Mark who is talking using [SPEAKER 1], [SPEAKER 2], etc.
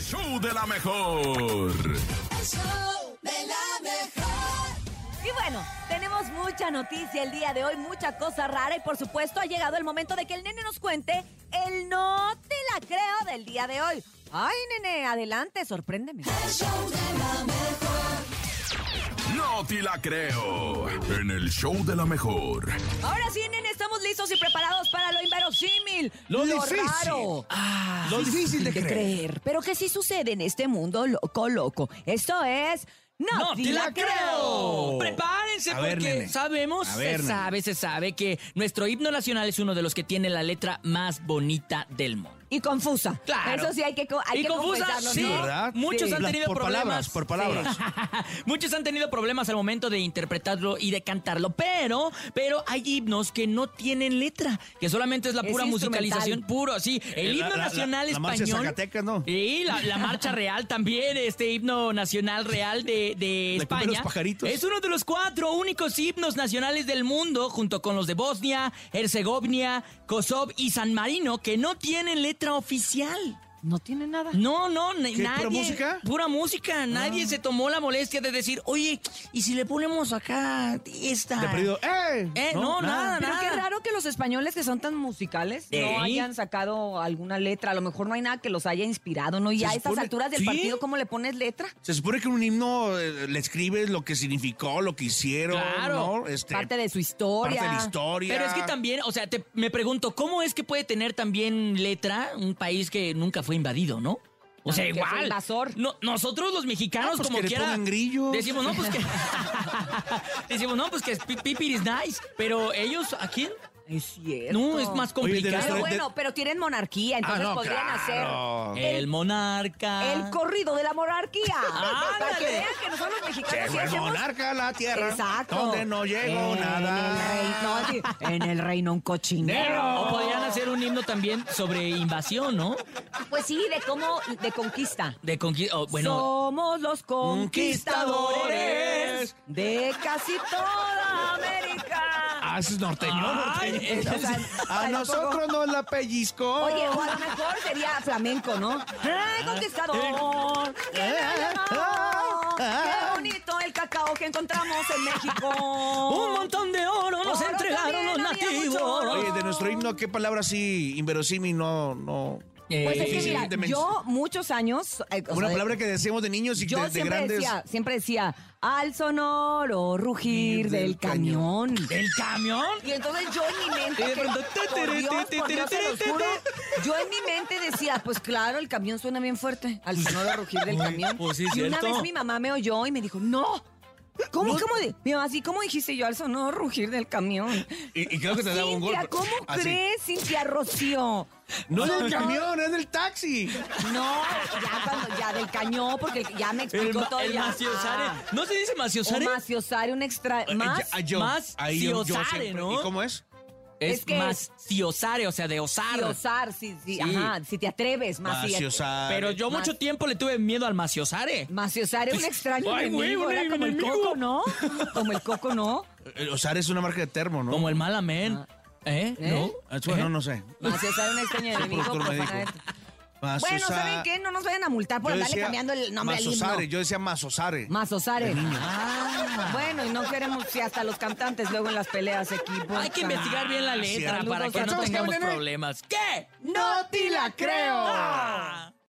[SPEAKER 1] show de la mejor.
[SPEAKER 2] El show de la mejor.
[SPEAKER 3] Y bueno, tenemos mucha noticia el día de hoy, mucha cosa rara y por supuesto ha llegado el momento de que el nene nos cuente el no te la creo del día de hoy. Ay, nene, adelante, sorpréndeme.
[SPEAKER 2] El show de la mejor.
[SPEAKER 1] No te la creo. En el show de la mejor.
[SPEAKER 3] Ahora sí, nene, estamos listos y preparados para lo inverosímil, lo, raro.
[SPEAKER 4] Lo difícil de
[SPEAKER 3] de
[SPEAKER 4] creer.
[SPEAKER 3] creer. Pero que sí sucede en este mundo loco, loco. Esto es... No, te la creo.
[SPEAKER 5] Prepárense
[SPEAKER 4] A ver,
[SPEAKER 5] porque
[SPEAKER 4] nene.
[SPEAKER 5] sabemos,
[SPEAKER 4] A ver,
[SPEAKER 5] se
[SPEAKER 4] nene.
[SPEAKER 5] sabe, se sabe que nuestro himno nacional es uno de los que tiene la letra más bonita del mundo.
[SPEAKER 3] Y confusa.
[SPEAKER 5] Claro.
[SPEAKER 3] Eso sí hay que, co- hay
[SPEAKER 5] y
[SPEAKER 3] que
[SPEAKER 5] confusa,
[SPEAKER 3] confesarlo,
[SPEAKER 5] sí,
[SPEAKER 3] ¿no?
[SPEAKER 4] ¿verdad?
[SPEAKER 5] Muchos
[SPEAKER 3] Sí.
[SPEAKER 5] han tenido
[SPEAKER 4] Por
[SPEAKER 5] problemas.
[SPEAKER 4] palabras, por palabras.
[SPEAKER 5] Muchos han tenido problemas al momento de interpretarlo y de cantarlo, pero, pero hay himnos que no tienen letra, que solamente es la
[SPEAKER 3] Es
[SPEAKER 5] pura
[SPEAKER 3] instrumental.
[SPEAKER 5] musicalización, puro, sí. El
[SPEAKER 4] Eh, la-
[SPEAKER 5] himno
[SPEAKER 4] la- la-
[SPEAKER 5] nacional
[SPEAKER 4] la marcha de
[SPEAKER 5] español.
[SPEAKER 4] Zacatecas, ¿no?
[SPEAKER 5] Y la, la marcha real también, este himno nacional real de, de
[SPEAKER 4] La cumbia de
[SPEAKER 5] España.
[SPEAKER 4] los pajaritos.
[SPEAKER 5] Es uno de los cuatro únicos himnos nacionales del mundo, junto con los de Bosnia, Herzegovina, Kosovo y San Marino, que no tienen letra oficial.
[SPEAKER 3] No tiene nada.
[SPEAKER 5] No, no, ni-
[SPEAKER 4] ¿Qué,
[SPEAKER 5] nadie.
[SPEAKER 4] pura música? Ah.
[SPEAKER 5] Pura música. Nadie se tomó la molestia de decir, oye, ¿y si le ponemos acá esta?
[SPEAKER 3] Ah.
[SPEAKER 4] De perdido, ¡eh!
[SPEAKER 5] Eh, no, nada,
[SPEAKER 3] Pero
[SPEAKER 5] nada.
[SPEAKER 3] qué raro que los españoles que son tan musicales
[SPEAKER 5] Ey.
[SPEAKER 3] no hayan sacado alguna letra. A lo mejor no hay nada que los haya inspirado, ¿no? Y a estas
[SPEAKER 4] supone-
[SPEAKER 3] alturas del
[SPEAKER 4] ¿Sí?
[SPEAKER 3] partido, ¿cómo le pones letra?
[SPEAKER 4] Se supone que un himno eh, le escribes lo que significó, lo que hicieron,
[SPEAKER 5] Claro.
[SPEAKER 4] ¿no? Este,
[SPEAKER 3] Parte de su
[SPEAKER 4] parte
[SPEAKER 3] historia.
[SPEAKER 4] de la historia.
[SPEAKER 5] Pero es que también, o sea, te- me pregunto, ¿cómo es que puede tener también letra un país que nunca fue invadido, no? O sea,
[SPEAKER 3] Aunque fue
[SPEAKER 5] igual.
[SPEAKER 3] invasor.
[SPEAKER 5] No, nosotros los mexicanos,
[SPEAKER 4] Ah, pues
[SPEAKER 5] como
[SPEAKER 4] que le
[SPEAKER 5] quiera.
[SPEAKER 4] pongan grillos.
[SPEAKER 5] Decimos, no, pues que. decimos, no, pues que pi- Pipi is nice. Pero ellos, ¿a quién?
[SPEAKER 3] Es cierto.
[SPEAKER 5] No, es más
[SPEAKER 4] Oye, de
[SPEAKER 5] complicado.
[SPEAKER 3] Pero
[SPEAKER 4] de-
[SPEAKER 3] bueno, pero tienen monarquía, entonces
[SPEAKER 4] Ah, no,
[SPEAKER 3] podrían
[SPEAKER 4] claro. Ah.
[SPEAKER 3] hacer
[SPEAKER 5] el monarca.
[SPEAKER 3] el corrido de la monarquía.
[SPEAKER 4] Ah,
[SPEAKER 3] Para que
[SPEAKER 5] Ándale.
[SPEAKER 3] vean que nosotros los mexicanos sí
[SPEAKER 4] Llegó el
[SPEAKER 3] hacemos-
[SPEAKER 4] monarca a la tierra.
[SPEAKER 3] Exacto. Eh,
[SPEAKER 4] Donde no llegó
[SPEAKER 3] en
[SPEAKER 4] nada.
[SPEAKER 3] El reino, así, en el reino un cochinero.
[SPEAKER 5] O podrían hacer un himno también sobre invasión, ¿no?
[SPEAKER 3] Pues sí, de cómo, de conquista.
[SPEAKER 5] De conquista. bueno,
[SPEAKER 3] Somos los conquistadores
[SPEAKER 4] conquistadores
[SPEAKER 3] de casi toda América.
[SPEAKER 4] Ah, ese es norteño.
[SPEAKER 5] Ay,
[SPEAKER 4] norteño.
[SPEAKER 5] es-
[SPEAKER 3] O sea,
[SPEAKER 4] A
[SPEAKER 3] tampoco-
[SPEAKER 4] nosotros nos la pellizcó.
[SPEAKER 3] Oye, o a lo mejor sería flamenco, ¿no? ¡Eh, conquistador! ¡Qué
[SPEAKER 4] Eh,
[SPEAKER 3] gran amor! ¡Qué bonito el cacao que encontramos en México!
[SPEAKER 5] un montón de oro nos
[SPEAKER 3] Oro
[SPEAKER 5] entregaron los
[SPEAKER 3] también, había mucho oro.
[SPEAKER 5] nativos.
[SPEAKER 4] Oye, de nuestro himno, ¿qué palabra así inverosímil no, no?
[SPEAKER 5] Eh,
[SPEAKER 3] Pues es que mira,
[SPEAKER 4] difícilmente men-
[SPEAKER 3] yo muchos años... eh, o
[SPEAKER 4] Una
[SPEAKER 3] sea,
[SPEAKER 4] palabra que decíamos de niños y
[SPEAKER 3] Yo
[SPEAKER 4] de, de
[SPEAKER 3] siempre
[SPEAKER 4] grandes.
[SPEAKER 3] decía, siempre decía, al sonoro rugir
[SPEAKER 4] Ir del
[SPEAKER 3] del cañón.
[SPEAKER 5] ¿Del camión?
[SPEAKER 3] Y entonces yo en mi
[SPEAKER 5] Y
[SPEAKER 3] mente.
[SPEAKER 5] de
[SPEAKER 3] que-
[SPEAKER 5] pronto,
[SPEAKER 3] por Dios, por Dios, se los juro, Yo en mi mente decía, pues claro, el camión suena bien fuerte. Al sonoro rugir del camión.
[SPEAKER 5] pues sí,
[SPEAKER 3] y una
[SPEAKER 5] cierto.
[SPEAKER 3] vez mi mamá me oyó y me dijo, no. ¿Cómo, cómo? di-?" Mi mamá, así, ¿cómo dijiste yo al sonoro rugir del camión?
[SPEAKER 4] Y, y creo que te daba un golpe.
[SPEAKER 3] Cintia, ¿cómo
[SPEAKER 5] Ah,
[SPEAKER 4] Así.
[SPEAKER 3] crees, Cintia Rocío?
[SPEAKER 4] No es del camión, es del taxi.
[SPEAKER 3] No, ya cuando, ya del cañón, porque ya me
[SPEAKER 5] El,
[SPEAKER 3] explicó
[SPEAKER 5] ma-
[SPEAKER 3] todo.
[SPEAKER 5] el
[SPEAKER 3] ya.
[SPEAKER 5] maciozare.
[SPEAKER 3] Ah.
[SPEAKER 5] ¿No se dice maciozare?
[SPEAKER 3] Un maciosare, un extra. Más.
[SPEAKER 4] Eh, yo-
[SPEAKER 5] más
[SPEAKER 4] ahí yo- yo
[SPEAKER 5] ciosare,
[SPEAKER 4] siempre-
[SPEAKER 5] ¿no?
[SPEAKER 4] ¿Y cómo es?
[SPEAKER 5] es
[SPEAKER 3] es que-
[SPEAKER 5] maciozare, o sea, de osar.
[SPEAKER 3] Maciosar, sí, sí,
[SPEAKER 5] Sí.
[SPEAKER 3] ajá, si te atreves, más si-
[SPEAKER 4] Maciosare.
[SPEAKER 5] Pero yo
[SPEAKER 3] Mas-
[SPEAKER 5] mucho tiempo le tuve miedo al maciozare.
[SPEAKER 3] Maciosar era un extraño
[SPEAKER 5] Ay, güey,
[SPEAKER 3] enemigo,
[SPEAKER 5] un
[SPEAKER 3] era como el
[SPEAKER 5] enemigo.
[SPEAKER 3] coco, ¿no? Como el coco, ¿no?
[SPEAKER 4] Eh, Osar es una marca de termo, ¿no?
[SPEAKER 5] Como el malamen. ¿Eh?
[SPEAKER 3] ¿Eh?
[SPEAKER 5] ¿No?
[SPEAKER 4] Ah, Bueno,
[SPEAKER 5] ¿Eh?
[SPEAKER 4] no sé.
[SPEAKER 3] Maciosar era un extraño
[SPEAKER 4] El
[SPEAKER 3] enemigo.
[SPEAKER 4] productor me
[SPEAKER 3] pues,
[SPEAKER 4] dijo.
[SPEAKER 3] van a ver.
[SPEAKER 4] Maciosare.
[SPEAKER 3] Bueno, ¿saben qué? No nos vayan a multar por
[SPEAKER 4] Yo
[SPEAKER 3] andarle
[SPEAKER 4] decía
[SPEAKER 3] cambiando el nombre al himno.
[SPEAKER 4] Mazosare, yo decía Mazosare.
[SPEAKER 3] Mazosare. Ah, bueno, y no queremos si hasta los cantantes luego en las peleas equipos.
[SPEAKER 5] Hay que investigar bien la
[SPEAKER 4] Ah,
[SPEAKER 5] letra
[SPEAKER 4] cierto.
[SPEAKER 5] para que no
[SPEAKER 4] Saludos,
[SPEAKER 5] tengamos
[SPEAKER 4] Gabriel.
[SPEAKER 5] problemas. ¿Qué?
[SPEAKER 3] ¡No te la creo!
[SPEAKER 5] Ah.